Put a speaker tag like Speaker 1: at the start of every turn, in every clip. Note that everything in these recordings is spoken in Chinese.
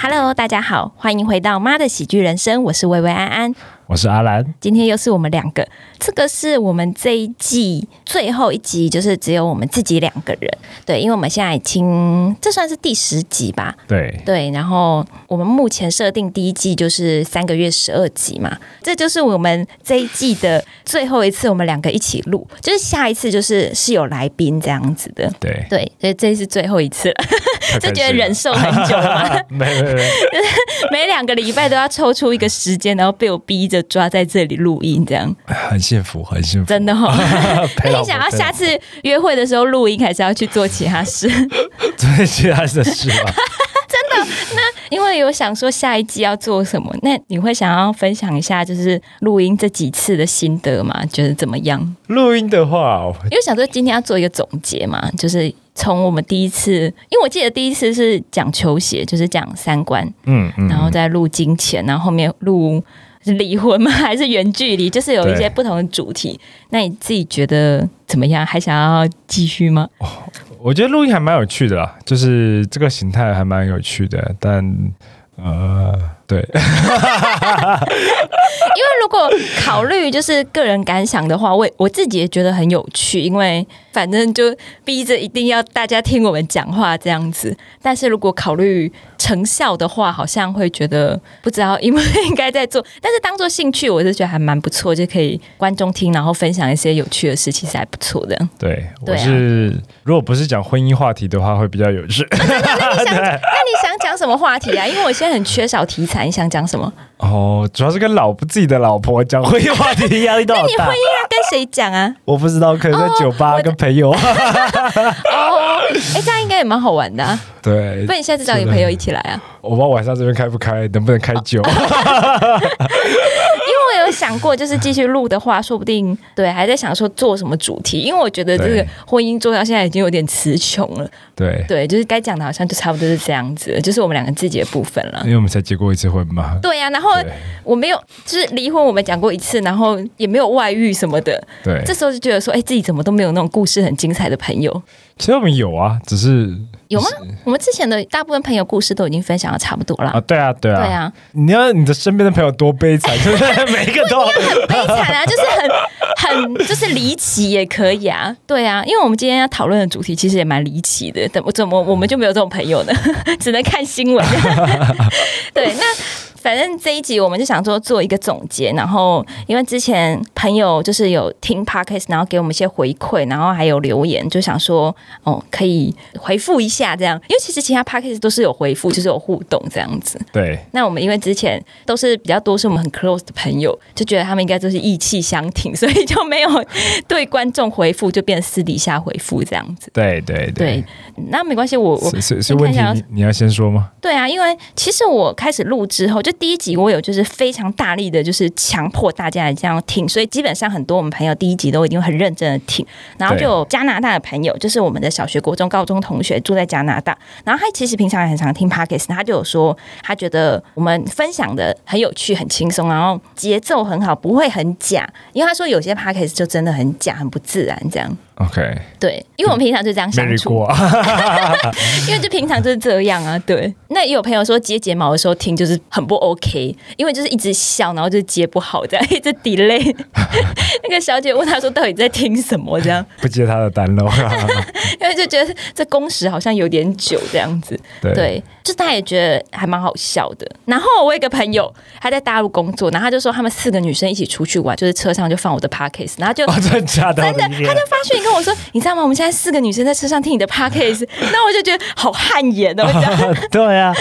Speaker 1: Hello，大家好，欢迎回到《妈的喜剧人生》，我是薇薇安安，
Speaker 2: 我是阿兰，
Speaker 1: 今天又是我们两个，这个是我们这一季最后一集，就是只有我们自己两个人。对，因为我们现在已经这算是第十集吧。
Speaker 2: 对，
Speaker 1: 对，然后我们目前设定第一季就是三个月十二集嘛，这就是我们这一季的最后一次，我们两个一起录，就是下一次就是是有来宾这样子的。
Speaker 2: 对，
Speaker 1: 对，所以这是最后一次了，
Speaker 2: 太
Speaker 1: 就觉得
Speaker 2: 开心了
Speaker 1: 忍受很久了。
Speaker 2: 啊没没没，
Speaker 1: 每两个礼拜都要抽出一个时间，然后被我逼着抓在这里录音，这样
Speaker 2: 很幸福，很幸 福。
Speaker 1: 真的哈、
Speaker 2: 那
Speaker 1: 那你想要下 次约会的时候录音，还是要去做其他事？
Speaker 2: 最期待的事啊吗？
Speaker 1: 因为有想说下一季要做什么，那你会想要分享一下就是录音这几次的心得吗？觉得怎么 样？
Speaker 2: 录音的话，我
Speaker 1: 因为想说今天要做一个总结嘛，就是从我们第一次，因为我记得第一次是讲球鞋，就是讲三观，
Speaker 2: 嗯嗯，
Speaker 1: 然后再录金钱，然后后面录是离婚吗？还是远距离？就是有一些
Speaker 2: 对
Speaker 1: 不同的主题。那你自己觉得怎么样？还想要继续吗？
Speaker 2: 我觉得录音还蛮有趣的啦，就是这个形态还蛮有趣的，但呃，对，
Speaker 1: 因为如果考虑就是个人感想的话，我我自己也觉得很有趣，因为反正就逼着一定要大家听我们讲话这样子。但是如果考虑成效的话，好像会觉得不知道，因为应该在做，但是当做兴趣，我是觉得还蛮不错，就可以观众听，然后分享一些有趣的事，其实还不错的。
Speaker 2: 对，
Speaker 1: 对
Speaker 2: 我
Speaker 1: 啊
Speaker 2: 是如果不是讲婚姻话题的话，会比较有 趣。
Speaker 1: 那你想讲什么话题啊？因为我现在很缺少题材，你想讲什么？
Speaker 2: 哦，主要是跟老婆自己的老婆讲婚姻话题压力都好
Speaker 1: 你
Speaker 2: 大
Speaker 1: 婚，姻要跟谁讲啊？
Speaker 2: 我不知道，可能在酒吧跟朋 友。
Speaker 1: 哦，哎，这样应该也蛮好玩的、 啊。
Speaker 2: 对
Speaker 1: 不，然你下次找你朋友一起来啊？
Speaker 2: 我不知道晚上这边开不开，能不能开酒。
Speaker 1: 哦因为我有想过，就是继续录的话，说不定对，还在想说做什么主题，因为我觉得这个
Speaker 2: 对
Speaker 1: 婚姻做到现在已经有点词穷了。
Speaker 2: 对，
Speaker 1: 对，就是该讲的好像就差不多是这样子了，就是我们两个自己的部分了
Speaker 2: 啊因。为我们才结过一次婚嘛。
Speaker 1: 对啊呀、然后
Speaker 2: 嗯对
Speaker 1: 我没有，就是离婚，我们讲过一次，然后也没有外遇什么的。
Speaker 2: 对
Speaker 1: 这，时候就觉得说，哎、自己怎么都没有那种故事很精彩的朋友。
Speaker 2: 其实我们有啊，只是
Speaker 1: 有吗？我们之前的大部分朋友故事都已经分享的差不多了。
Speaker 2: 啊，对啊，对啊，
Speaker 1: 对啊，
Speaker 2: 你要你的身边的朋友多悲 惨，对不对？每一个都
Speaker 1: 很悲惨啊，就是很很 就是离奇也可以啊，对啊，因为我们今天要讨论的主题其实也蛮离奇的，怎么怎么我们就没有这种朋友呢？ 只能看新闻。 对，那反正这一集我们就想说做一个总结，然后因为之前朋友就是有听 podcast，然后给我们一些回馈，然后还有留言，就想说哦可以回复一下这样，因为其实其他 podcast 都是有回复，就是有互动这样子。
Speaker 2: 对
Speaker 1: 那我们因为之前都是比较多是我们很 close 的朋友，就觉得他们应该都是意气相挺，所以就没有对观众回复，就变成私底下回复这样子。
Speaker 2: 对对
Speaker 1: 对，，那没关系，我我
Speaker 2: 所以所以所
Speaker 1: 先
Speaker 2: 以
Speaker 1: 看
Speaker 2: 问
Speaker 1: 一
Speaker 2: 题
Speaker 1: 下要
Speaker 2: 你你要先说吗？
Speaker 1: 对啊，因为其实我开始录之后，就第一集我有就是非常大力的，就是强迫大家这样听，所以基本上很多我们朋友第一集都一定很认真的听。然后就有加拿大的朋友，就是我们的小学、国中、高中同学住在加拿大，然后他其实平常也很常听 podcast，他就有说他觉得我们分享的很有趣、很轻松，然后节奏很好，不会很假，因为他说有些 podcast 就真的很假、很不自然这样。
Speaker 2: OK，
Speaker 1: 对，因为我们平常就这样
Speaker 2: 没
Speaker 1: 相
Speaker 2: 理
Speaker 1: 处
Speaker 2: 过， 啊，
Speaker 1: 因为就平常就是这样啊，对。那也有朋友说接睫毛的时候听就是很不 OK，因为就是一直笑，然后就接不好，这样一直 delay。那个小姐问他说到底在听什么，这样，
Speaker 2: 不接他的单 喽。
Speaker 1: 因为就觉得这工时好像有点久这样子。
Speaker 2: 对
Speaker 1: 对，就他也觉得还蛮好笑的。然后我有一个朋友，他在大陆工作，然后他就说他们四个女生一起出去玩，就是车上就放我的 podcast，然后就
Speaker 2: 哦，真的假的？
Speaker 1: 真的，他就发讯跟我说，你知道吗？我们现在四个女生在车上听你的 podcast，那我就觉得好汗颜哦。这样
Speaker 2: 对啊，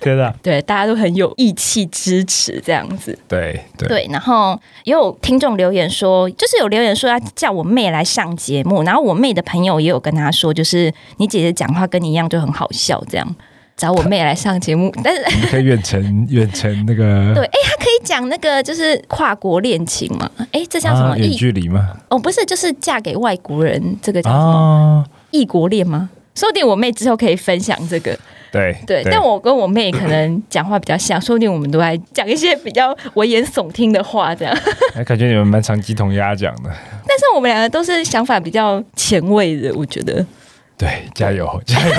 Speaker 2: 天啊哪，
Speaker 1: 对，大家都很有义气支持这样子。
Speaker 2: 对对
Speaker 1: 对，然后也有听众留言说，就是有留言说要叫我妹来上节目，然后我妹的朋友也有跟她说，就是你姐姐讲话跟你一样就很好笑这样。找我妹来上节目， 但是
Speaker 2: 我们可以远程远程那
Speaker 1: 对，
Speaker 2: 个
Speaker 1: 哎、她可以讲那个就是跨国恋情嘛？哎、这叫什么
Speaker 2: 啊远
Speaker 1: 异、
Speaker 2: 距离吗？
Speaker 1: 哦，不是，就是嫁给外国人，这个叫什么
Speaker 2: 啊，
Speaker 1: 异、国恋吗？说不定我妹之后可以分享这个。
Speaker 2: 对
Speaker 1: 对，但我跟我妹可能讲话比较像，说不定我们都在讲一些比较危言耸听的话，这样。
Speaker 2: 哎感觉你们蛮常鸡同鸭讲的。
Speaker 1: 但是我们两个都是想法比较前卫的，我觉得。
Speaker 2: 对，加油，加油！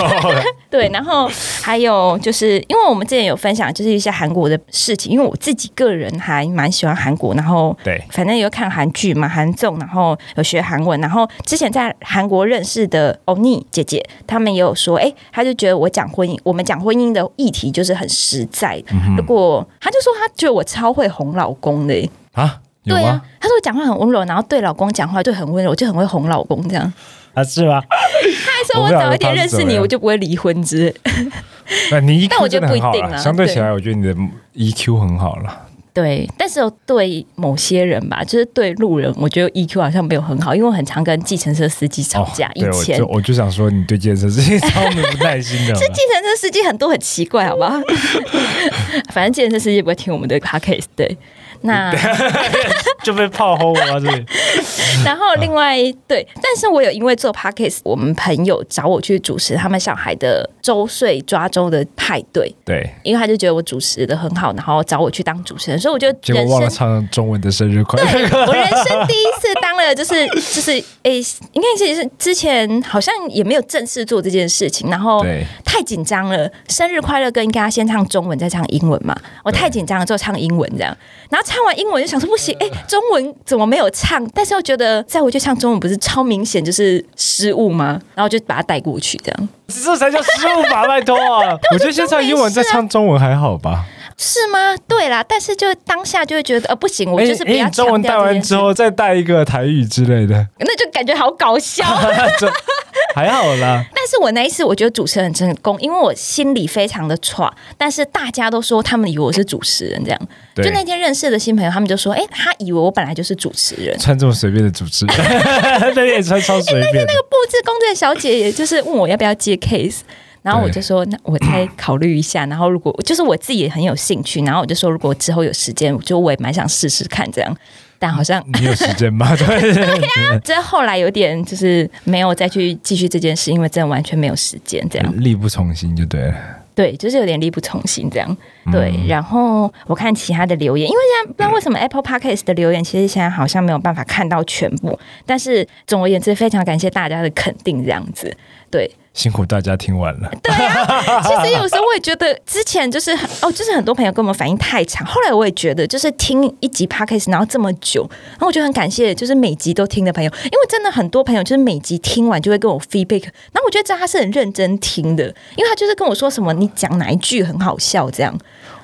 Speaker 1: 对，然后还有就是，因为我们之前有分享，就是一些韩国的事情，因为我自己个人还蛮喜欢韩国，然后
Speaker 2: 对
Speaker 1: 反正有看韩剧嘛，韩综，然后有学韩文，然后之前在韩国认识的欧尼姐姐，他们也有说，哎、她就觉得我讲婚姻，我们讲婚姻的议题就是很实在
Speaker 2: 嗯
Speaker 1: 的。如果她就说她觉得我超会哄老公的、诶
Speaker 2: 啊，有
Speaker 1: 对啊
Speaker 2: 吗？，
Speaker 1: 她说我讲话很温柔，然后对老公讲话就很温柔，就很会哄老公这样。
Speaker 2: 啊，是吗？
Speaker 1: 她 还说我早一点认识你，我就不会离婚之 类的。
Speaker 2: 那你
Speaker 1: 但
Speaker 2: EQ
Speaker 1: 我觉得
Speaker 2: 真的很
Speaker 1: 不一
Speaker 2: 好
Speaker 1: 定
Speaker 2: 啦
Speaker 1: 啊
Speaker 2: 相对
Speaker 1: 对
Speaker 2: 起来，我觉得你的 EQ 很好了。
Speaker 1: 对，但是有对某些人吧，就是对路人，我觉得 EQ 好像没有很好，因为我很常跟计程车司机吵
Speaker 2: 哦
Speaker 1: 架。，以
Speaker 2: 对，我
Speaker 1: 前
Speaker 2: 就我就想说，你对健身这些超没有耐心 的。
Speaker 1: 计程车司机很多很奇怪，好不好？ 反正计程车司机不会听我们的 podcast。对， 那
Speaker 2: 就被炮轰了，这里。
Speaker 1: 然后另外对，但是我有因为做 podcast，我们朋友找我去主持他们小孩的周岁抓周的派对，
Speaker 2: 对，
Speaker 1: 因为他就觉得我主持的很好，然后找我去当主持人，所以我觉得
Speaker 2: 结果
Speaker 1: 人
Speaker 2: 忘了
Speaker 1: 生
Speaker 2: 唱中文的生日快 乐。
Speaker 1: 我人生第一次当了就是 就是诶、应该其实是之前好像也没有正式做这件事情，然后
Speaker 2: 对
Speaker 1: 太紧张了。生日快乐歌应该要先唱中文再唱英文嘛，我
Speaker 2: 对
Speaker 1: 太紧张了之后唱英文这样，然后唱完英文就想说不行，
Speaker 2: 嗯
Speaker 1: 诶、中文怎么没有唱？但是又觉得再回去唱中文不是超明显就是失误吗？然后就把它带过去这样，
Speaker 2: 这才叫失误 吧，拜托啊！我觉得现在英文在唱中文还好吧？
Speaker 1: 是吗？对啦，但是就当下就会觉得呃不行，我就是
Speaker 2: 哎
Speaker 1: 比较
Speaker 2: 你中
Speaker 1: 强
Speaker 2: 文带
Speaker 1: 调这
Speaker 2: 完
Speaker 1: 件
Speaker 2: 之
Speaker 1: 事，
Speaker 2: 后，再带一个台语之类的，
Speaker 1: 那就感觉好搞笑。
Speaker 2: 这还好啦。
Speaker 1: 但是我那一次我觉得主持人很成功，因为我心里非常的差，但是大家都说他们以为我是主持人，这样。
Speaker 2: 对
Speaker 1: 就那天认识的新朋友，他们就说：“哎、他以为我本来就是主持人。”
Speaker 2: 穿这么随便的主持人， 那天也穿超随便 的。
Speaker 1: 布置工作的小姐也就是问我要不要接 case，然后我就说那我再考虑一下，然后如果就是我自己也很有兴趣，然后我就说如果之后有时间，我就我也蛮想试试看这样，但好像
Speaker 2: 你有时间吗？ 对，
Speaker 1: 这后来有点就是没有再去继续这件事，因为真的完全没有时间这样。
Speaker 2: 力不从心就对了。
Speaker 1: 对，就是有点力不从心这样。对，然后我看其他的留言，因为现在不知道为什么 Apple Podcast 的留言，其实现在好像没有办法看到全部，但是总而言之，非常感谢大家的肯定，这样子。对，
Speaker 2: 辛苦大家听完了，
Speaker 1: 其实有时候我也觉得，之前就是很哦，就是很多朋友跟我们反应太长，后来我也觉得，就是听一集 podcast 然后这么久，然后我就很感谢，就是每集都听的朋友，因为真的很多朋友就是每集听完就会跟我 feedback，然后我觉得这他是很认真听的，因为他就是跟我说什么，你讲哪一句很好笑这样。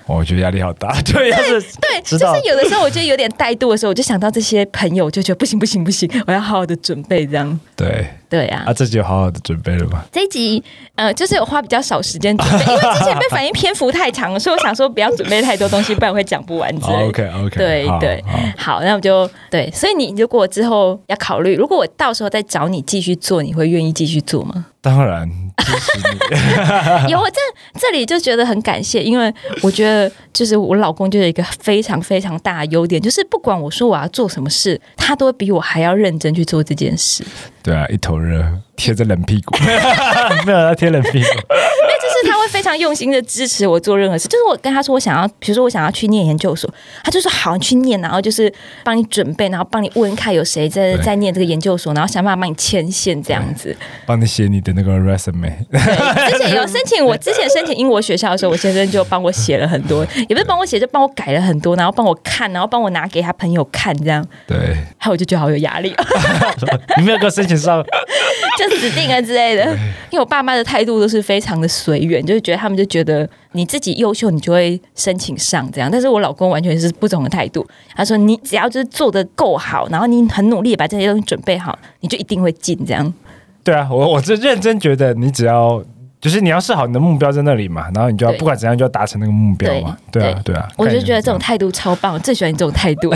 Speaker 2: 哇我觉得压力好大。 对，要是
Speaker 1: 对，
Speaker 2: 知
Speaker 1: 就
Speaker 2: 道
Speaker 1: 是有的时候我觉得有点怠惰的时候，我就想到这些朋友，就觉得不行不行不行，我要好好的准备这样。
Speaker 2: 对
Speaker 1: 对啊，
Speaker 2: 啊，这就好好的准备了吧。
Speaker 1: 这一集呃，就是有花比较少时间准备，因为之前被反应篇幅太长，所以我想说不要准备太多东西，不然会讲不完之类 的。
Speaker 2: OK OK，
Speaker 1: 对对，好，那我就对，所以你如果之后要考虑，如果我到时候再找你继续做，你会愿意继续做吗？
Speaker 2: 当然支 持你。
Speaker 1: 有，我这这里就觉得很感谢，因为我觉得就是我老公就有一个非常非常大的优点，就是不管我说我要做什么事，他都会比我还要认真去做这件事。哎
Speaker 2: 对啊，一头热，贴着冷 屁股，没有他贴冷屁股。
Speaker 1: 那就是他会非常用心的支持我做任何事。就是我跟他说我想要，比如说我想要去念研究所，他就说好，你去念，然后就是帮你准备，然后帮你问看有谁在
Speaker 2: 对
Speaker 1: 在念这个研究所，然后想办法帮你牵线这样子。
Speaker 2: 帮你写你的那个 resume，
Speaker 1: 之前有申请，我之前申请英国学校的时候，我先生就帮我写了很多，也不是帮我写，就帮我改了很多，然后帮我看，然后帮我拿给他朋友看，这样，
Speaker 2: 对，
Speaker 1: 还有我就觉得好有压力，
Speaker 2: 你没有给我申请上，
Speaker 1: 就指定啊之类的。因为我爸妈的态度都是非常的随缘，就是觉得他们就觉得你自己优秀，你就会申请上这样。但是我老公完全是不同的态度，他说你只要就是做的够好，然后你很努力把这些东西准备好，你就一定会进这样。
Speaker 2: 对啊，我我是认真觉得，你只要就是你要设好你的目标在那里嘛，然后你就要
Speaker 1: 对
Speaker 2: 不管怎样就要达成那个目标嘛，
Speaker 1: 对
Speaker 2: 对啊，对啊，
Speaker 1: 我就觉得
Speaker 2: 概
Speaker 1: 这种
Speaker 2: 念
Speaker 1: 态度超棒，我最喜欢你这种态 度。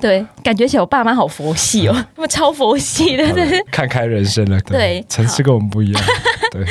Speaker 1: 对，感觉起来我爸妈好佛系 哦，他们超佛系的，真
Speaker 2: 是这
Speaker 1: 是
Speaker 2: 样看开人生了，
Speaker 1: 对
Speaker 2: 层次跟我们 不一样，对，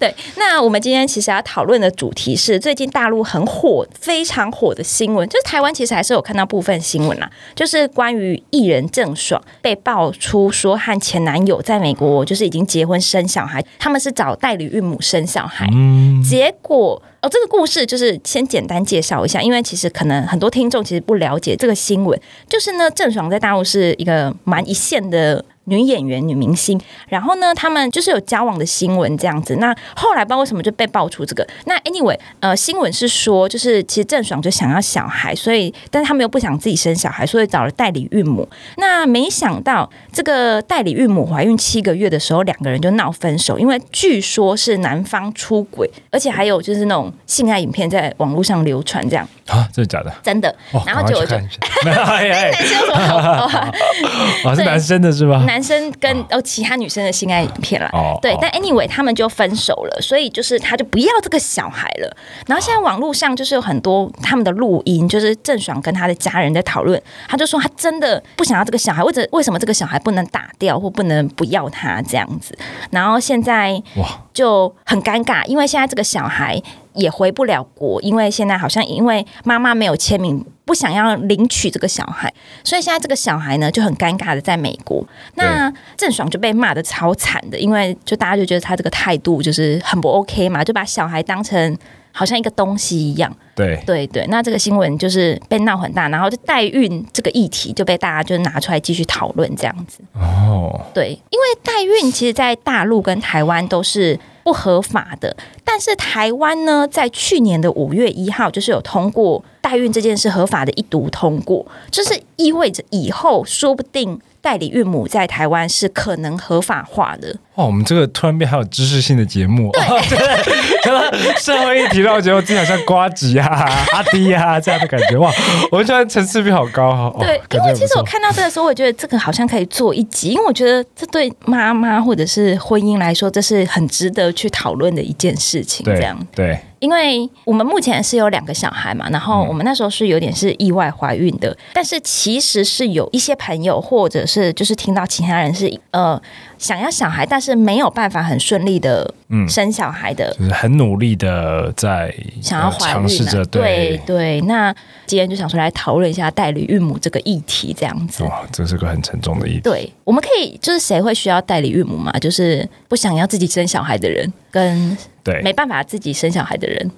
Speaker 1: 对。那我们今天其实要讨论的主题是最近大陆很火、非常火的新闻，就是台湾其实还是有看到部分新闻啦，就是关于艺人郑爽被爆出说和前男友在美国就是已经结婚生小孩，他们是找代理孕母生小孩，
Speaker 2: 嗯，
Speaker 1: 结果哦，这个故事就是先简单介绍一下，因为其实可能很多听众其实不了解这个新闻。就是呢，郑爽在大陆是一个蛮一线的女演员、女明星，然后呢，他们就是有交往的新闻这样子。那后来不知道为什么就被爆出这个。那 anyway，呃，新闻是说，就是其实郑爽就想要小孩，所以但是他们又不想自己生小孩，所以找了代理孕母。那没想到这个代理孕母怀孕七个月的时候，两个人就闹分手，因为据说是男方出轨，而且还有就是那种性爱影片在网络上流传，这样
Speaker 2: 啊，真的假的？
Speaker 1: 真的。
Speaker 2: 哦，
Speaker 1: 然后
Speaker 2: 赶快
Speaker 1: 就
Speaker 2: 去
Speaker 1: 我就
Speaker 2: 看一下。 哎哎
Speaker 1: 男生有什么好好啊？
Speaker 2: 啊，是
Speaker 1: 对
Speaker 2: 男生的是吧？啊
Speaker 1: 男生跟哦其他女生的性爱影片啦。
Speaker 2: 哦
Speaker 1: 对
Speaker 2: 哦，
Speaker 1: 但 anyway 他们就分手了，所以就是他就不要这个小孩了。然后现在网络上就是有很多他们的录音，就是郑爽跟他的家人在讨论，他就说他真的不想要这个小孩，或者为什么这个小孩不能打掉或不能不要他这样子。然后现在
Speaker 2: 哇，
Speaker 1: 就很尴尬，因为现在这个小孩也回不了国，因为现在好像因为妈妈没有签名，不想要领取这个小孩，所以现在这个小孩呢就很尴尬的在美国。那郑爽就被骂的超惨的，因为就大家就觉得他这个态度就是很不 OK 嘛，就把小孩当成。好像一个东西一样，
Speaker 2: 对，
Speaker 1: 对对，那这个新闻就是被闹很大，然后就代孕这个议题就被大家就拿出来继续讨论这样子。
Speaker 2: 哦，
Speaker 1: 对，因为代孕其实，在大陆跟台湾都是不合法的，但是台湾呢，在去年的五月一号，就是有通过代孕这件事合法的一读通过，就是意味着以后说不定代理孕母在台湾是可能合法化的。
Speaker 2: 哇，我们这个突然变还有知识性的节目，哦 真的真的社会议题让我觉得我自己好像瓜吉啊、 阿迪啊这样的感觉，哇，我觉得层次比好高哦。
Speaker 1: 对
Speaker 2: 哦，
Speaker 1: 因为其实我，
Speaker 2: 感觉很不错
Speaker 1: 看到这个时候，我觉得这个好像可以做一集，因为我觉得这对妈妈或者是婚姻来说，这是很值得去讨论的一件事情。这样
Speaker 2: 对对，
Speaker 1: 因为我们目前是有两个小孩嘛，然后我们那时候是有点是意外怀孕的，但是其实是有一些朋友或者是就是听到其他人是呃想要小孩，但是没有办法很顺利的
Speaker 2: 嗯
Speaker 1: 生小孩的。
Speaker 2: 就是很努力的在
Speaker 1: 想要
Speaker 2: 呃
Speaker 1: 怀
Speaker 2: 尝试
Speaker 1: 孕、
Speaker 2: 着
Speaker 1: 啊，对对，那今天就想说来讨论一下代理孕母这个议题，这样子。
Speaker 2: 哇，这是个很沉重的议题。
Speaker 1: 对，我们可以就是谁会需要代理孕母嘛？就是不想要自己生小孩的人，跟
Speaker 2: 对，
Speaker 1: 没办法自己生小孩的人。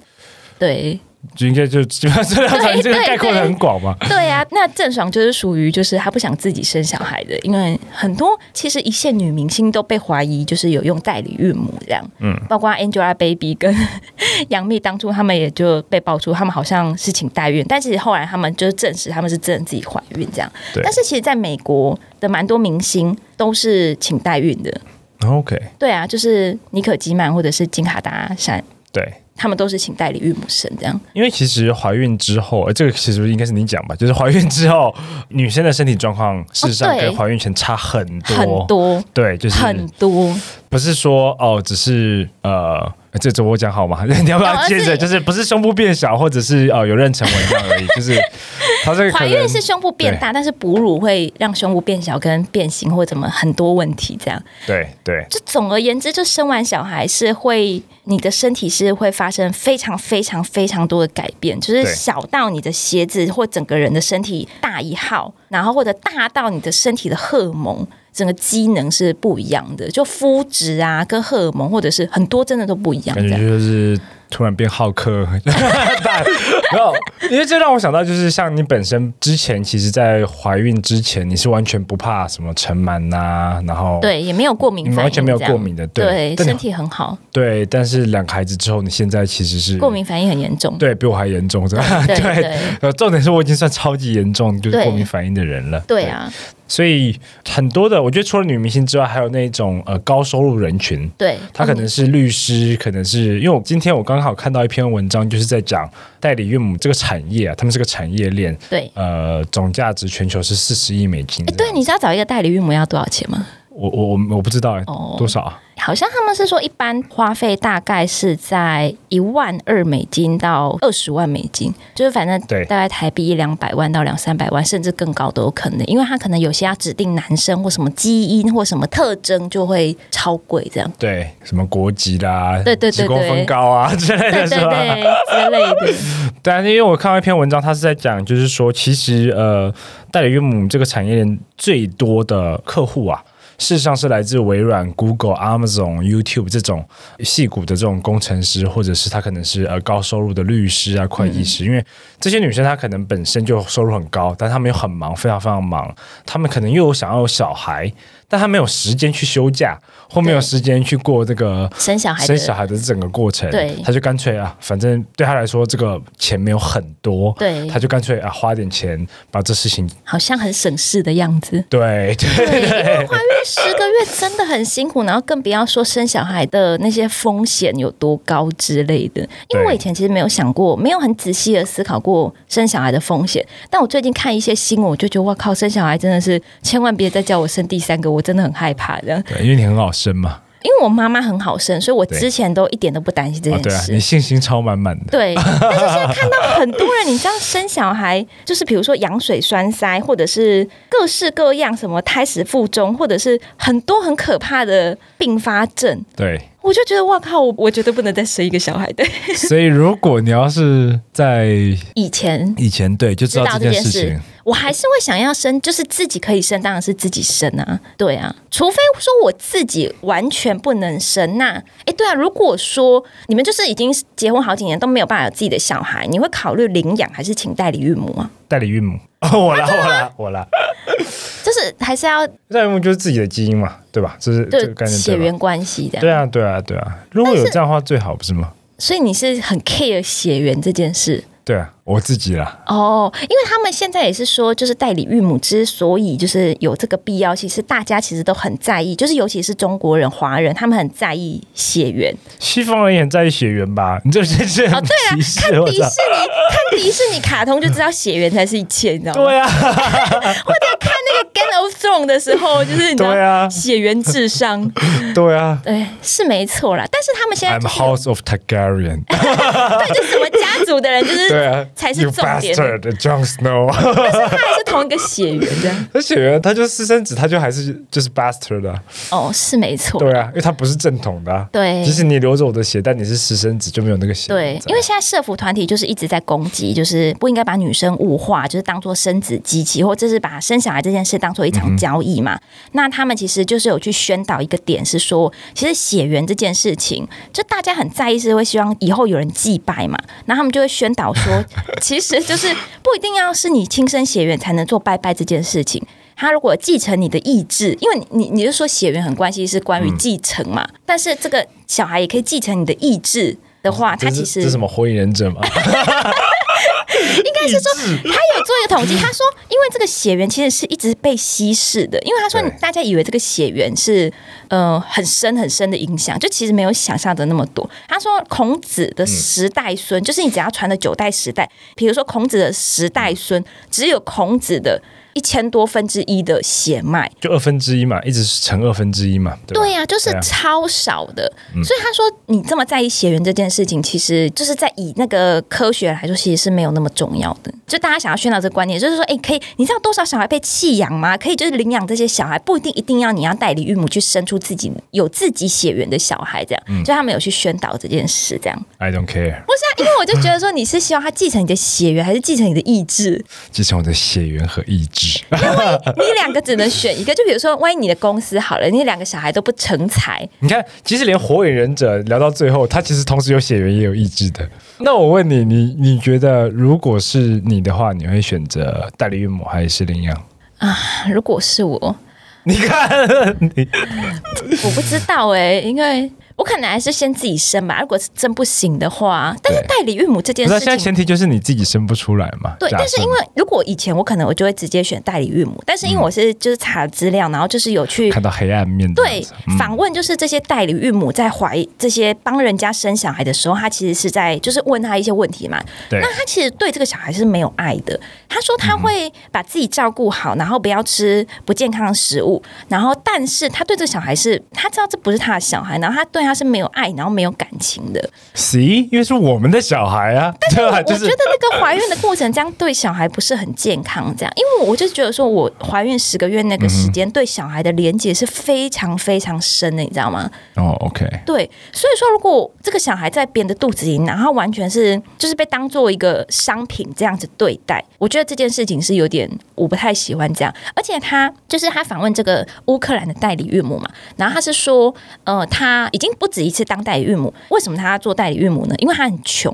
Speaker 1: 对，
Speaker 2: 就应该就基本上这
Speaker 1: 对
Speaker 2: 这个
Speaker 1: 对
Speaker 2: 概括的
Speaker 1: 对
Speaker 2: 很广嘛。
Speaker 1: 对呀、那郑爽就是属于就是她不想自己生小孩的，因为很多其实一线女明星都被怀疑就是有用代理孕母这样，嗯，包括 Angelababy 跟 杨幂当初他们也就被爆出他们好像是请代孕，但其实后来他们就是证实他们是真的自己怀孕这样
Speaker 2: 对，
Speaker 1: 但是其实在美国的蛮多明星都是请代孕的，
Speaker 2: OK，
Speaker 1: 对啊，就是妮可基曼或者是金卡达山，
Speaker 2: 对，
Speaker 1: 他们都是请代理孕母生这样，
Speaker 2: 因为其实怀孕之后，呃这个其实应该是你讲吧，就是怀孕之后，女生的身体状况事实上
Speaker 1: 哦对
Speaker 2: 跟怀孕前差很多，
Speaker 1: 很多
Speaker 2: 对，就是
Speaker 1: 很多，
Speaker 2: 不是说哦，只是呃，这这我讲好吗？ 你要不要接
Speaker 1: 有哦而
Speaker 2: 着？
Speaker 1: 是
Speaker 2: 就是不是胸部变小，或者是哦有妊娠纹这样而已，就是 它这个可
Speaker 1: 怀
Speaker 2: 能
Speaker 1: 孕是胸部变大，但是哺乳会让胸部变小跟变形或怎么很多问题。这样，
Speaker 2: 对对
Speaker 1: 就总而言之，就生完小孩是会你的身体是会发生非常非常非常多的改变，就是
Speaker 2: 对
Speaker 1: 小到你的鞋子或整个人的身体大一号，然后或者大到你的身体的荷尔蒙。整个机能是不一样的，就肤质啊，跟荷尔蒙或者是很多真的都不一样。
Speaker 2: 感
Speaker 1: 这
Speaker 2: 觉
Speaker 1: 样
Speaker 2: 就是突然变好 客，但没有，因为这让我想到，就是像你本身之前，其实，在怀孕之前，你是完全不怕什么尘螨呐，然后
Speaker 1: 对，也没有过敏
Speaker 2: 你
Speaker 1: 反应，
Speaker 2: 完全没有过敏
Speaker 1: 这
Speaker 2: 的，
Speaker 1: 样
Speaker 2: 对，
Speaker 1: 对，
Speaker 2: 但
Speaker 1: 身
Speaker 2: 你
Speaker 1: 体很好，
Speaker 2: 对，但是两个孩子之后，你现在其实是
Speaker 1: 过，敏反应很严重。
Speaker 2: 对比我还严重，真的，
Speaker 1: 对对
Speaker 2: 对。呃，重点是我已经算超级严重，就是
Speaker 1: 对
Speaker 2: 过敏反应的人了。
Speaker 1: 对啊，
Speaker 2: 对，所以很多的，我觉得除了女明星之外，还有那种呃高收入人群，
Speaker 1: 对，
Speaker 2: 他可能是律师，可能是因为我今天我刚好看到一篇文章，就是在讲代理孕母这个产业啊，他们是个产业链，
Speaker 1: 对。
Speaker 2: 呃，总价值全球是四十亿美金
Speaker 1: 哎，。对，你知道找一个代理孕母要多少钱吗？
Speaker 2: 我我我我不知道、欸
Speaker 1: 哦
Speaker 2: 多少啊？
Speaker 1: 好像他们是说，一般花费大概是在一万二美金到二十万美金，就是反正
Speaker 2: 对
Speaker 1: 大概台币一两百万到两三百万，甚至更高都有可能，因为他可能有些要指定男生或什么基因或什么特征就会超贵这样。
Speaker 2: 对，什么国籍啦，
Speaker 1: 对对对
Speaker 2: 职工
Speaker 1: 对
Speaker 2: 分高啊之
Speaker 1: 对
Speaker 2: 类 的，是
Speaker 1: 对
Speaker 2: 吧？
Speaker 1: 对，之类的，
Speaker 2: 但啊是因为我看到一篇文章，它是在讲，就是说，其实呃，代理孕母这个产业链最多的客户啊，事实上是来自微软、Google、Amazon、YouTube 这种戏骨的这种工程师，或者是他可能是呃高收入的律师啊、会计
Speaker 1: 嗯
Speaker 2: 师，因为这些女生她可能本身就收入很高，但她们又很忙，非常非常忙，她们可能又有想要有小孩，但他没有时间去休假，或没有
Speaker 1: 对
Speaker 2: 时间去过这个
Speaker 1: 生小孩的
Speaker 2: 生小孩的整个过程，
Speaker 1: 对
Speaker 2: 他就干脆啊，反正对他来说这个钱没有很多，
Speaker 1: 对
Speaker 2: 他就干脆啊花点钱把这事情，
Speaker 1: 好像很省事的样子。
Speaker 2: 对对
Speaker 1: 对，因为怀孕 十个月真的很辛苦，然后更不要说生小孩的那些风险有多高之类的。因为我以前其实没有想过，没有很仔细的思考过生小孩的风险。但我最近看一些新闻，我就觉得哇靠，生小孩真的是千万别再叫我生第三个，我真的很害怕这样。
Speaker 2: 对，因为你很好生嘛，
Speaker 1: 因为我妈妈很好生，所以我
Speaker 2: 对
Speaker 1: 之前都一点都不担心这
Speaker 2: 啊
Speaker 1: 件
Speaker 2: 对啊，
Speaker 1: 事。
Speaker 2: 你信心超满满的，
Speaker 1: 对， 但是现在看到很多人，你知道生小孩，就是比如说羊水栓塞，或者是各式各样什么胎死腹中，或者是很多很可怕的并发症，
Speaker 2: 对，
Speaker 1: 我就觉得哇靠，我我绝对不能再生一个小孩的。
Speaker 2: 所以如果你要是在
Speaker 1: 以前
Speaker 2: 以前对就知道
Speaker 1: 知道
Speaker 2: 这件
Speaker 1: 这件
Speaker 2: 事情
Speaker 1: 事，我还是会想要生，就是自己可以生，当然是自己生啊，对啊，除非说我自己完全不能生，那哎对啊，如果说你们就是已经结婚好几年都没有办法有自己的小孩，你会考虑领养还是请代理孕母啊？
Speaker 2: 代理孕母， 我啦我啦 我啦，
Speaker 1: 就是还是要
Speaker 2: 代理孕母就是自己的基因嘛，对吧？这是这个概
Speaker 1: 对
Speaker 2: 念
Speaker 1: 血
Speaker 2: 对吧？
Speaker 1: 缘关系这样。
Speaker 2: 对啊对啊对啊，如果有这样的话最好不是吗？
Speaker 1: 所以你是很 care 血缘这件事
Speaker 2: 对啊，我自己啦，
Speaker 1: 哦，因为他们现在也是说，就是代理孕母之所以就是有这个必要性，是大家其实都很在意，就是尤其是中国人、华人，他们很在意血缘。
Speaker 2: 西方人也很在意血缘吧？你这是这
Speaker 1: 哦，
Speaker 2: 很
Speaker 1: 对啊，
Speaker 2: 歧视，
Speaker 1: 看
Speaker 2: 我
Speaker 1: 迪士尼，
Speaker 2: 操！
Speaker 1: 看迪士尼卡通就知道血缘才是一切，你知道吗？
Speaker 2: 对啊，
Speaker 1: 看那个《Game of Thrones》的时候，就是你知道
Speaker 2: 对啊
Speaker 1: 血缘至上，
Speaker 2: 对啊。
Speaker 1: 对，是没错啦。但是他们现在
Speaker 2: I'm
Speaker 1: 啊就是
Speaker 2: House of Targaryen，
Speaker 1: 对，就是什么家族的人，就是
Speaker 2: 对啊，
Speaker 1: 才是
Speaker 2: you
Speaker 1: 重点。
Speaker 2: bastard，Jon Snow。
Speaker 1: 他还是同一个血缘这样。
Speaker 2: 那血缘他就是私生子，他就还是就是 bastard 的啊、
Speaker 1: 哦，是没错。
Speaker 2: 对啊，因为他不是正统的、啊。
Speaker 1: 对
Speaker 2: 即使你流着我的血，但你是私生子就没有那个血。
Speaker 1: 对，因为现在社服团体就是一直在攻击，就是不应该把女生物化，就是当做生殖机器，或者是把生小孩这件事当做一场交易嘛。那他们其实就是有去宣导一个点，是说其实血缘这件事情，就大家很在意，是会希望以后有人祭拜嘛。那他们就会宣导说，其实就是不一定要是你亲生血缘才能做拜拜这件事情。他如果继承你的意志，因为你你你就说血缘很关系是关于继承嘛，但是这个小孩也可以继承你的意志的话，他
Speaker 2: 这
Speaker 1: 其
Speaker 2: 是
Speaker 1: 实
Speaker 2: 这是什么火影 忍者嘛？
Speaker 1: 应该是说，他有做一个统计，他说，因为这个血缘其实是一直被稀释的，因为他说
Speaker 2: 对
Speaker 1: 大家以为这个血缘是呃很深很深的影响，就其实没有想象的那么多。他说孔子
Speaker 2: 嗯
Speaker 1: 的十代孙，就是你只要传了九代十代，比如说孔子的十代
Speaker 2: 嗯
Speaker 1: 孙，只有孔子的一千多分之一的血脉，
Speaker 2: 就二分之一嘛，一直是乘二分之一嘛，对吧？
Speaker 1: 对呀、就是
Speaker 2: 对啊嗯
Speaker 1: 超少的。所以他说，你这么在意血缘这件事情，其实就是在以那个科学来说，其实是没有那么重要的。就大家想要宣导这个观念，就是说，哎，可以，你知道多少小孩被弃养吗？可以就是领养这些小孩，不一定一定要你要代理孕母去生出自己有自己血缘的小孩，这样。
Speaker 2: 嗯
Speaker 1: 所以他们有去宣导这件事，这样。
Speaker 2: I don't care，
Speaker 1: 不是啊，因为我就觉得说，你是希望他继承你的血缘，还是继承你的意志？
Speaker 2: 继承我的血缘和意志。
Speaker 1: 你两个只能选一个。就比如说，万一你的公司好了，你两个小孩都不成才，
Speaker 2: 你看，其实连火影忍者聊到最后，他其实同时有血缘也有意志的。那我问你，你你觉得如果是你的话，你会选择代理孕母还是领养？
Speaker 1: 如果是我，
Speaker 2: 你看，你
Speaker 1: 我不知道哎、因为我可能还是先自己生吧。如果是真不行的话，但是
Speaker 2: 对
Speaker 1: 代理孕母这件
Speaker 2: 不是
Speaker 1: 事
Speaker 2: 啊现在
Speaker 1: 情，
Speaker 2: 前提就是你自己生不出来嘛？
Speaker 1: 对，
Speaker 2: 假设
Speaker 1: 但是因为如果以前我可能我就会直接选代理孕母，但是因为我是就是查资料，然后就是有去
Speaker 2: 看到黑暗面这样
Speaker 1: 对
Speaker 2: 子，嗯
Speaker 1: 访问，就是这些代理孕母在怀这些帮人家生小孩的时候，她其实是在就是问他一些问题嘛。
Speaker 2: 对
Speaker 1: 那她其实对这个小孩是没有爱的。她说她
Speaker 2: 嗯
Speaker 1: 会把自己照顾好，然后不要吃不健康的食物，然后但是她对这个小孩是，她知道这不是她的小孩，然后她对他是没有爱，然后没有感情的。
Speaker 2: ，see，因为是我们的小孩啊，对吧？
Speaker 1: 我
Speaker 2: 就
Speaker 1: 觉
Speaker 2: 是
Speaker 1: 得那个怀孕的过程这样对小孩不是很健康，这样，因为我就觉得说我怀孕十个月那个时间对小孩的连接是非常非常深的，你知道吗？
Speaker 2: 哦，OK，
Speaker 1: 对，所以说，如果这个小孩在别人的肚子里，然后完全是就是被当做一个商品这样子对待，我觉得这件事情是有点我不太喜欢这样。而且他就是他访问这个乌克兰的代理孕母嘛，然后他是说，呃，他已经不止一次当代理孕母。为什么他做代理孕母呢？因为他很穷，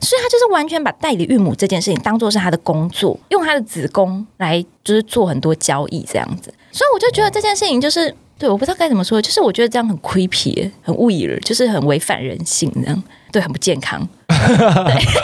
Speaker 1: 所以他就是完全把代理孕母这件事情当做是他的工作，用他的子宫来就是做很多交易这样子。所以我就觉得这件事情就是。对，我不知道该怎么说，就是我觉得这样很 creepy，耶很 weird，就是很违反人性，这样对，很不健康。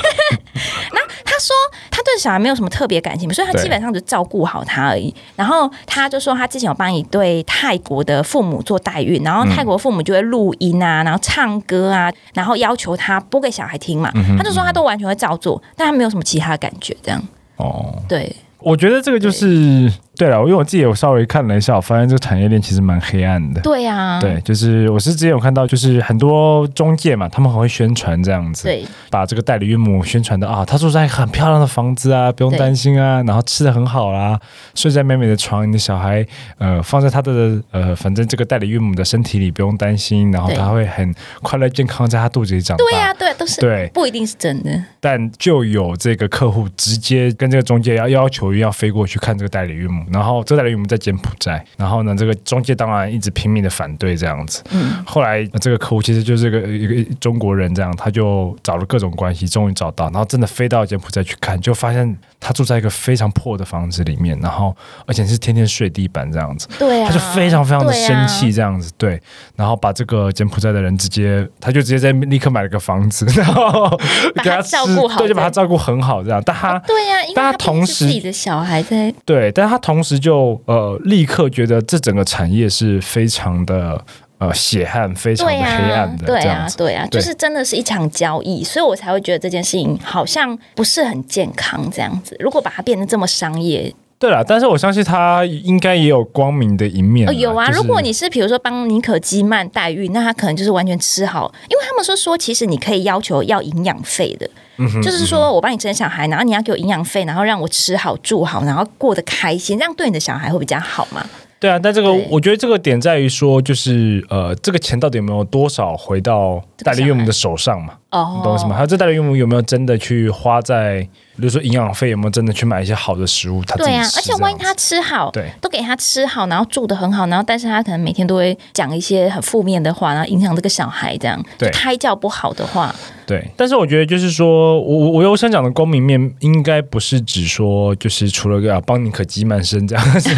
Speaker 1: 他说他对小孩没有什么特别感情，所以他
Speaker 2: 对
Speaker 1: 基本上只照顾好他而已。然后他就说他之前有帮一对泰国的父母做代孕，然后泰国父母就会录音啊，然后唱歌啊，然后要求他播给小孩听嘛。他就说他都完全会照做，但他没有什么其他的感觉，这样
Speaker 2: 哦，
Speaker 1: 对。
Speaker 2: 我觉得这个就是对了，因为我自己有稍微看了一下，我发现这个产业链其实蛮黑暗的。
Speaker 1: 对啊，
Speaker 2: 对，就是我是之前有看到，就是很多中介嘛，他们很会宣传这样子，
Speaker 1: 对
Speaker 2: 把这个代理孕母宣传的啊，她住在很漂亮的房子啊，不用
Speaker 1: 对
Speaker 2: 担心啊，然后吃的很好啦，睡在美美的床，你的小孩呃放在她的呃，反正这个代理孕母的身体里不用担心，然后
Speaker 1: 对
Speaker 2: 她会很快乐健康在她肚子里长大。
Speaker 1: 对啊，对，都是
Speaker 2: 对
Speaker 1: 不一定是真的。
Speaker 2: 但就有这个客户直接跟这个中介要要求要飞过去看这个代理孕母，然后这个代理孕母在柬埔寨，然后呢，这个中介当然一直拼命的反对这样子。
Speaker 1: 嗯，
Speaker 2: 后来呃这个客户其实就是个一个一个中国人，这样他就找了各种关系，终于找到，然后真的飞到柬埔寨去看，就发现他住在一个非常破的房子里面，然后而且是天天睡地板这样子。
Speaker 1: 对啊，
Speaker 2: 他就非常非常的生气，
Speaker 1: 对啊。
Speaker 2: 这样子对，然后把这个柬埔寨的人直接，他就直接在立刻买了个房子， 然后
Speaker 1: 把他
Speaker 2: 给吃
Speaker 1: 照顾好
Speaker 2: 对，就把他
Speaker 1: 对
Speaker 2: 照顾很好这样。但他
Speaker 1: 对啊呀、因为
Speaker 2: 但他
Speaker 1: 他毕竟
Speaker 2: 同
Speaker 1: 是
Speaker 2: 时
Speaker 1: 自己的小孩在，
Speaker 2: 对，但他同时就呃立刻觉得这整个产业是非常的呃血汗，非常的
Speaker 1: 对
Speaker 2: 黑
Speaker 1: 呀，
Speaker 2: 暗的
Speaker 1: 对啊
Speaker 2: 这样
Speaker 1: 呀，
Speaker 2: 子。
Speaker 1: 对呀，
Speaker 2: 对
Speaker 1: 就是真的是一场交易，所以我才会觉得这件事情好像不是很健康这样子。如果把它变得这么商业，
Speaker 2: 对了，但是我相信他应该也有光明的一面
Speaker 1: 哦，
Speaker 2: 啦。
Speaker 1: 有啊。
Speaker 2: 就是
Speaker 1: 如果你是比如说帮尼可基曼代孕，那他可能就是完全吃好，因为他们说说其实你可以要求要营养费的，
Speaker 2: 嗯
Speaker 1: 就是说我帮你生小孩，然后你要给我营养费，然后让我吃好住好，然后过得开心，这样对你的小孩会比较好嘛？
Speaker 2: 对啊，但这个
Speaker 1: 对
Speaker 2: 我觉得这个点在于说，就是呃，这个钱到底有没有多少回到代理孕母的手上嘛？
Speaker 1: 哦
Speaker 2: 你，懂我意思吗？还有这代理孕母有没有真的去花在，比如说营养费有没有真的去买一些好的食物？他自己
Speaker 1: 对啊
Speaker 2: 吃，
Speaker 1: 而且
Speaker 2: 这
Speaker 1: 万一
Speaker 2: 样
Speaker 1: 他
Speaker 2: 子
Speaker 1: 吃好，
Speaker 2: 对
Speaker 1: 都给他吃好，然后住的很好，然后但是他可能每天都会讲一些很负面的话，然后影响这个小孩，这样
Speaker 2: 对
Speaker 1: 就胎教不好的话，
Speaker 2: 对，但是我觉得就是说，我我我有想讲的光明面，应该不是指说就是除了要帮你可基曼生这样 子。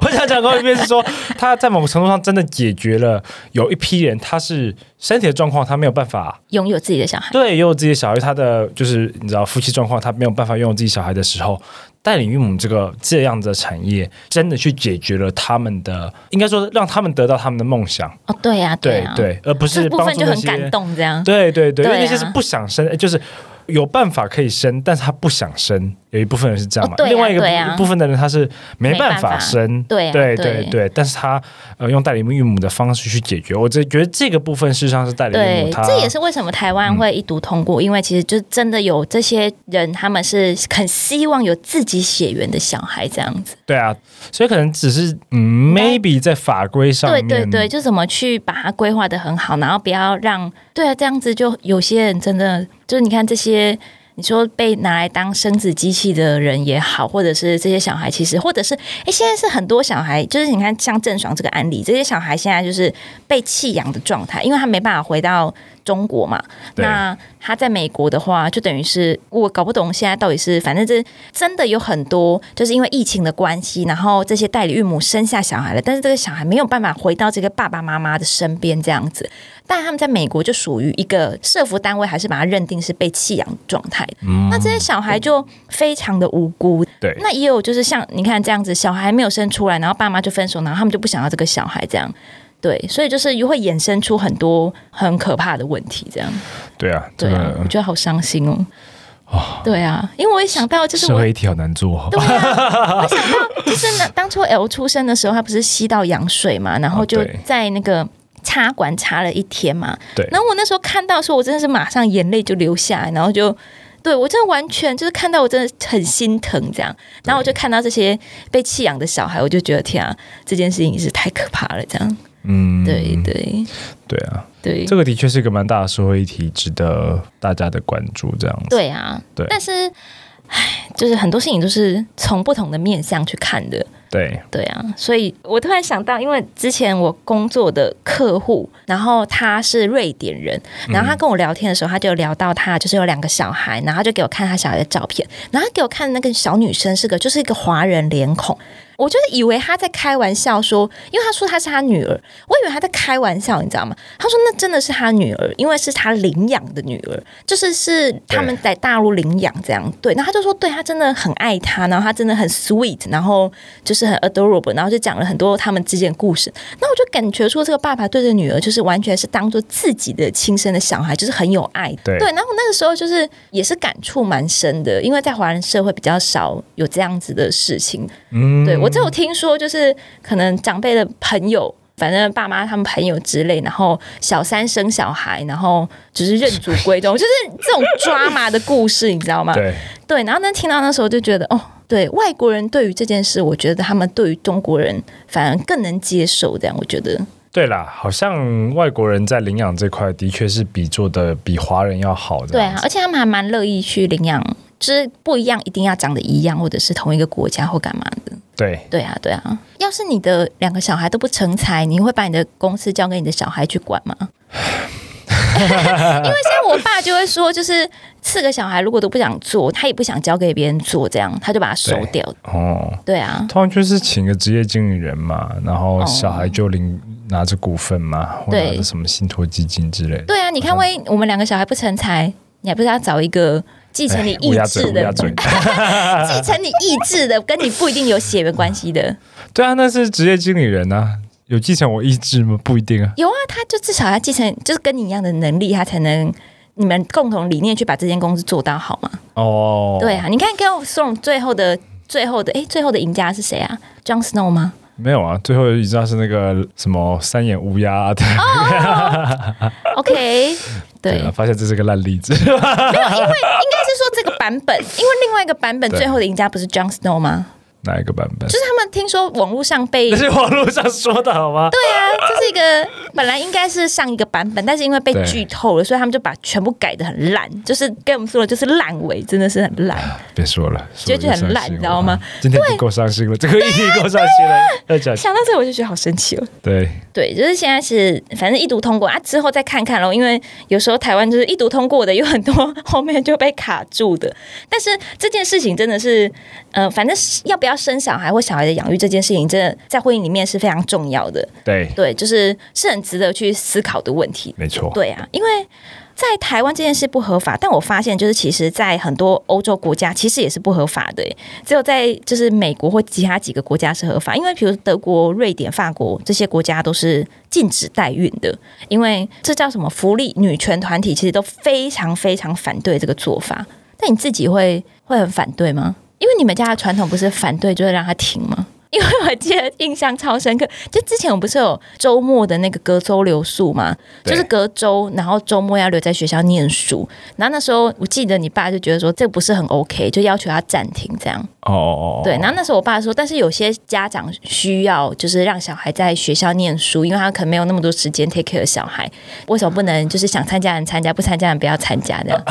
Speaker 2: 我想讲光明面是说，他在某个程度上真的解决了有一批人，他是身体的状况，他没有办法
Speaker 1: 拥有自己的小孩，
Speaker 2: 对，也有自己的小孩，他的就是你知道夫妻状况，他没有办法拥有自己小孩的时候，代理孕母这个这样的产业，真的去解决了他们的，应该说让他们得到他们的梦想，
Speaker 1: 哦，对呀、啊，
Speaker 2: 对
Speaker 1: 呀、啊，
Speaker 2: 对，而不是
Speaker 1: 这部
Speaker 2: 帮
Speaker 1: 分
Speaker 2: 助
Speaker 1: 就
Speaker 2: 那
Speaker 1: 很
Speaker 2: 些
Speaker 1: 感动，这样
Speaker 2: 对对对，因为
Speaker 1: 对
Speaker 2: 那
Speaker 1: 啊
Speaker 2: 些是不想生，呃就是有办法可以生，但是他不想生。有一部分人是这样嘛，
Speaker 1: 哦对啊
Speaker 2: 另外一个部、
Speaker 1: 对啊
Speaker 2: 部分的人他是没办
Speaker 1: 没办
Speaker 2: 法
Speaker 1: 法
Speaker 2: 生，
Speaker 1: 对啊
Speaker 2: 对
Speaker 1: 对
Speaker 2: 对对，但是他呃用代理孕母的方式去解决。我这觉得这个部分事实上是代理孕母
Speaker 1: 对
Speaker 2: 他，嗯
Speaker 1: 这也是为什么台湾会一读通过，因为其实就真的有这些人，他们是很希望有自己血缘的小孩这样子。
Speaker 2: 对啊，所以可能只是嗯
Speaker 1: 该
Speaker 2: ，maybe 在法规上
Speaker 1: 对啊
Speaker 2: 面，
Speaker 1: 对对，就怎么去把它规划的很好，然后不要让对啊，这样子就有些人真的就是你看这些，你说被拿来当生殖机器的人也好，或者是这些小孩，其实或者是哎，现在是很多小孩，就是你看像郑爽这个案例，这些小孩现在就是被弃养的状态，因为他没办法回到中国嘛。
Speaker 2: 对
Speaker 1: 那他在美国的话，就等于是我搞不懂现在到底是，反正这真的有很多，就是因为疫情的关系，然后这些代理孕母生下小孩了，但是这个小孩没有办法回到这个爸爸妈妈的身边这样子。但他们在美国就属于一个社服单位，还是把它认定是被弃养状态的。
Speaker 2: 嗯
Speaker 1: 那这些小孩就非常的无辜。
Speaker 2: 对
Speaker 1: 那也有就是像你看这样子，小孩没有生出来，然后爸妈就分手，然后他们就不想要这个小孩这样。对，所以就是会衍生出很多很可怕的问题，这样。
Speaker 2: 对啊，这
Speaker 1: 对啊，我
Speaker 2: 个
Speaker 1: 觉得好伤心哦。对啊，因为我也想到，就是
Speaker 2: 社
Speaker 1: 我
Speaker 2: 会议题好难做哦。
Speaker 1: 对啊，我想到就是呢，当初 L 出生的时候，他不是吸到羊水嘛，然后
Speaker 2: 哦
Speaker 1: 就
Speaker 2: 对
Speaker 1: 在那个插管插了一天嘛。
Speaker 2: 对
Speaker 1: 然后我那时候看到的时候，我真的是马上眼泪就流下来，然后就。对，我真的完全就是看到我真的很心疼这样，然后我就看到这些被弃养的小孩，我就觉得天啊，这件事情是太可怕了，这样，
Speaker 2: 嗯，
Speaker 1: 对对
Speaker 2: 对啊，
Speaker 1: 对
Speaker 2: 这，个的确是一个蛮大的社会议题，值得大家的关注。这样子，
Speaker 1: 对啊，
Speaker 2: 对
Speaker 1: 但是，唉，就是很多事情都是从不同的面向去看的。
Speaker 2: 对，
Speaker 1: 对啊，所以我突然想到，因为之前我工作的客户，然后他是瑞典人，然后他跟我聊天的时候，他就聊到他就是有两个小孩，然后他就给我看他小孩的照片，然后他给我看那个小女生是个就是一个华人脸孔，我就是以为他在开玩笑说，因为他说他是他女儿，我以为他在开玩笑，你知道吗？他说那真的是他女儿，因为是他领养的女儿，就是是他们在大陆领养这样。对，然后他就说，对他真的很爱他，然后他真的很 sweet，然后就是很 adorable，然后就讲了很多他们之间的故事。那我就感觉说，这个爸爸对这女儿就是完全是当做自己的亲生的小孩，就是很有爱。
Speaker 2: 对
Speaker 1: 对，然后那个时候就是也是感触蛮深的，因为在华人社会比较少有这样子的事情。
Speaker 2: 嗯，
Speaker 1: 对我只有听说，就是可能长辈的朋友，反正爸妈他们朋友之类，然后小三生小孩，然后就是认祖归 宗，就是这种抓马的故事，你知道吗？
Speaker 2: 对
Speaker 1: 对，然后呢，听到那时候就觉得，哦，对外国人对于这件事，我觉得他们对于中国人反而更能接受，这样我觉得，
Speaker 2: 对啦，好像外国人在领养这块的确是比做的比华人要好的。
Speaker 1: 对啊，而且他们还蛮乐意去领养，就是不一样，一定要长得一样，或者是同一个国家或干嘛的。
Speaker 2: 对，
Speaker 1: 对啊，对啊。要是你的两个小孩都不成才，你会把你的公司交给你的小孩去管 吗？因为像我爸就会说，就是四个小孩如果都不想做，他也不想交给别人做，这样他就把它收掉。
Speaker 2: 哦，
Speaker 1: 对啊，
Speaker 2: 通常就是请个职业经理人嘛，然后
Speaker 1: 哦
Speaker 2: 小孩就领拿着股份嘛，或
Speaker 1: 对
Speaker 2: 拿着什么信托基金之类的。
Speaker 1: 对啊，你看，万一我们两个小孩不成才，你还不是要找一个继承你
Speaker 2: 哎乌
Speaker 1: 意
Speaker 2: 鸦嘴，
Speaker 1: 志
Speaker 2: 乌鸦
Speaker 1: 的，
Speaker 2: 嘴。
Speaker 1: 继承你意志的，跟你不一定有血缘关系的。
Speaker 2: 对啊，那是职业经理人啊，有继承我意志吗？不一定啊。
Speaker 1: 有啊，他就至少要继承，就是跟你一样的能力，他才能。你们共同理念去把这间公司做到好吗？
Speaker 2: 哦，
Speaker 1: 对，啊，你看 g a l s o n 最后的最后的哎，最后的赢家是谁啊？Jon Snow 吗？
Speaker 2: 没有啊，最后一道是那个什么三眼乌鸦啊的，
Speaker 1: OK，对，
Speaker 2: 啊，发现这是个烂例子。
Speaker 1: 应该是说这个版本，因为另外一个版本
Speaker 2: 对
Speaker 1: 最后的赢家不是 Jon Snow 吗？
Speaker 2: 哪一个版本
Speaker 1: 就？是他们听说网络上被
Speaker 2: 那
Speaker 1: 对
Speaker 2: 是网络上说的好 吗？
Speaker 1: 啊，这是一个本来应该是上一个版本，但是因为被
Speaker 2: 对
Speaker 1: 剧透了，所以他们就把全部改的很烂，就是跟我们说的就是烂尾，真的是很烂。
Speaker 2: 别说了，
Speaker 1: 觉得就很烂
Speaker 2: 说了就伤心
Speaker 1: 你知道吗
Speaker 2: 哇今天已经够伤心了，这个已经够伤心了，要讲
Speaker 1: 想到这个我就觉得好生气哦。
Speaker 2: 对
Speaker 1: 对，就是现在是反正一读通过啊，之后再看看咯，因为有时候台湾就是一读通过的，有很多 后面就被卡住的。但是这件事情真的是，呃，反正是要不要生小孩或小孩的养育这件事情，真的在婚姻里面是非常重要的。
Speaker 2: 对，
Speaker 1: 对，就是是很值得去思考的问题。
Speaker 2: 没错，
Speaker 1: 对啊，因为在台湾这件事不合法，但我发现就是其实，在很多欧洲国家其实也是不合法的耶，只有在就是美国或其他几个国家是合法，因为比如德国、瑞典、法国这些国家都是禁止代孕的，因为这叫什么福利女权团体其实都非常非常反对这个做法。那你自己会会很反对吗？因为你们家的传统不是反对就会让它停吗？ 因为我记得印象超深刻，就之前我们不是有周末的那个隔周留宿嘛，
Speaker 2: 对
Speaker 1: 就是隔周，然后周末要留在学校念书。然后那时候我记得你爸就觉得说这不是很 OK，就要求他暂停这样。
Speaker 2: 哦哦哦，
Speaker 1: 对，然后那时候我爸说，但是有些家长需要就是让小孩在学校念书，因为他可能没有那么多时间 take care 小孩，为什么不能就是想参加的人参加，不参加的人不要参加这样？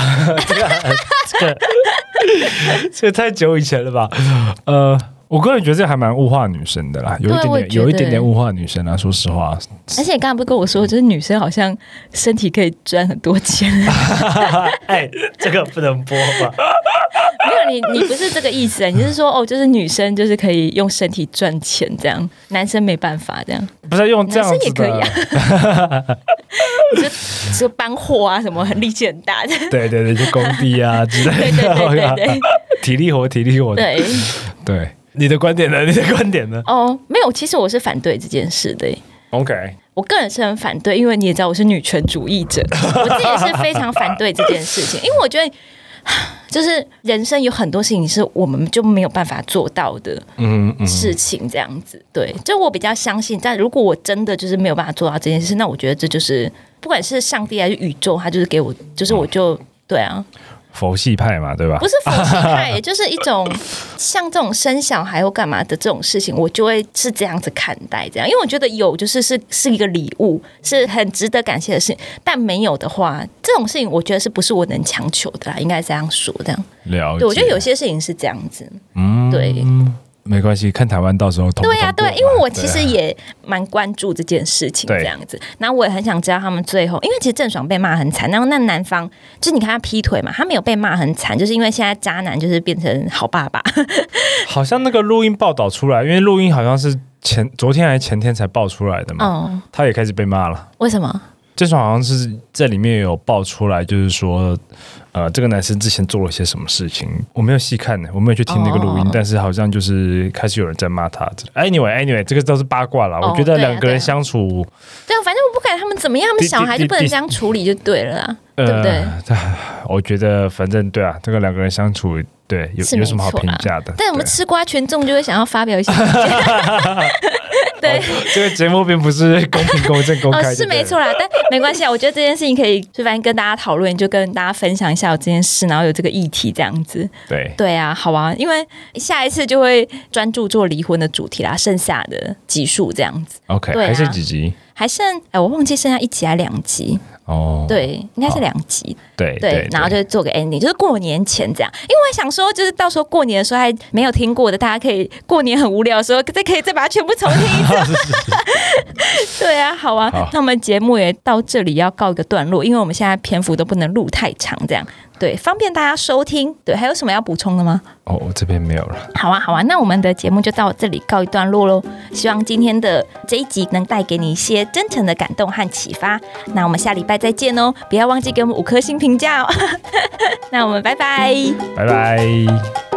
Speaker 2: 这也太久以前了吧？呃，我个人觉得这还蛮物化女生的啦，有一点
Speaker 1: 我也
Speaker 2: 点，
Speaker 1: 觉得
Speaker 2: 有一点点物化女生啦。啊说实话，
Speaker 1: 而且你刚刚不是跟我说，就是女生好像身体可以赚很多钱，
Speaker 2: 哎，这个不能播吧？
Speaker 1: 没有你你不是这个意思啊，你是说哦，就是女生就是可以用身体赚钱这样，男生没办法这样，
Speaker 2: 不是用这
Speaker 1: 男
Speaker 2: 样
Speaker 1: 生也
Speaker 2: 子
Speaker 1: 可以
Speaker 2: 的
Speaker 1: 啊，。就就搬货啊什么，很力气很大的，
Speaker 2: 对对对，就工地啊之类
Speaker 1: 对
Speaker 2: 的，
Speaker 1: 对对对对
Speaker 2: 体力活，体力活，
Speaker 1: 对
Speaker 2: 对你的观点呢？你的观点呢
Speaker 1: 哦，没有，其实我是反对这件事的耶。欸
Speaker 2: ？OK，
Speaker 1: 我个人是很反对，因为你也知道我是女权主义者，我自己也是非常反对这件事情，因为我觉得。 就是人生有很多事情是我们就没有办法做到的
Speaker 2: 嗯嗯，
Speaker 1: 事情，这样子。对，就我比较相信，但如果我真的就是没有办法做到这件事，那我觉得这就是不管是上帝还是宇宙，他就是给我，就是我就对啊，
Speaker 2: 佛系派嘛，对吧？
Speaker 1: 不是佛系派， 就是一种像这种生小孩或干嘛的这种事情，我就会是这样子看待，这样，因为我觉得有就是是是一个礼物，是很值得感谢的事情，但没有的话，这种事情我觉得是不是我能强求的啦？应该这样说，这样，
Speaker 2: 了解。
Speaker 1: 对我觉得有些事情是这样子，
Speaker 2: 嗯
Speaker 1: 对，
Speaker 2: 没关系，看台湾到时候通不
Speaker 1: 对呀、
Speaker 2: 通
Speaker 1: 对
Speaker 2: 过嘛，
Speaker 1: 因为我其实
Speaker 2: 对啊
Speaker 1: 也蛮关注这件事情
Speaker 2: 对
Speaker 1: 这样子，然后我也很想知道他们最后，因为其实郑爽被骂很惨，然后那男方就是你看他劈腿嘛，他没有被骂很惨，就是因为现在渣男就是变成好爸爸，
Speaker 2: 好像那个录音报道出来，因为录音好像是前昨天还是前天才爆出来的嘛，
Speaker 1: 哦，
Speaker 2: 他也开始被骂了。
Speaker 1: 为什么？
Speaker 2: 郑爽好像是在里面有爆出来，就是说，呃，这个男生之前做了些什么事情，我没有细看呢，我没有去听那个录音，
Speaker 1: 哦
Speaker 2: 但是好像就是开始有人在骂他之类。Anyway，Anyway，这个都是八卦啦。
Speaker 1: 哦
Speaker 2: 我觉
Speaker 1: 对啊
Speaker 2: 得两个
Speaker 1: 对啊
Speaker 2: 人相处，
Speaker 1: 对啊，反正我不管他们怎么样，他们
Speaker 2: 第
Speaker 1: 小孩
Speaker 2: 第
Speaker 1: 就不能
Speaker 2: 第
Speaker 1: 这样处理就对了啦，
Speaker 2: 呃，啊
Speaker 1: 对不啊对？
Speaker 2: 我觉得反正对啊，这个两个人相处，对，有
Speaker 1: 是没
Speaker 2: 有什么好
Speaker 1: 错
Speaker 2: 评
Speaker 1: 啦
Speaker 2: 价的？
Speaker 1: 但我们
Speaker 2: 对
Speaker 1: 吃瓜群众就会想要发表一 些意哦见，对。
Speaker 2: 这个节目并不是公平、公正、公开
Speaker 1: 哦，
Speaker 2: 的，
Speaker 1: 是没错啦，但没关系啊。我觉得这件事情可以，就反正跟大家讨论，就跟大家分享一下有这件事，然后有这个议题这样子。
Speaker 2: 对。
Speaker 1: 对啊，好啊，因为下一次就会专注做离婚的主题啦，剩下的集数这样子，
Speaker 2: 对，OK，
Speaker 1: 对啊
Speaker 2: 还剩几集？
Speaker 1: 还剩哎，我忘记剩下一集还两集，
Speaker 2: 哦，
Speaker 1: 对，应该是
Speaker 2: 好
Speaker 1: 两集，
Speaker 2: 对
Speaker 1: 对，然后就做个 ending，就是过年前这样。因为我想说，就是到时候过年的时候还没有听过的，大家可以过年很无聊的时候，再可以再把它全部重听一次。 对啊，好啊，
Speaker 2: 好
Speaker 1: 那我们节目也到这里要告一个段落，因为我们现在篇幅都不能录太长，这样对，方便大家收听。对，还有什么要补充的吗？
Speaker 2: 哦，我这边没有了。
Speaker 1: 好啊，好啊，那我们的节目就到这里告一段落喽。希望今天的这一集能带给你一些真诚的感动和启发。那我们下礼拜再见 哦，不要忘记给我们五颗星评价哦。那我们拜拜。
Speaker 2: 拜拜。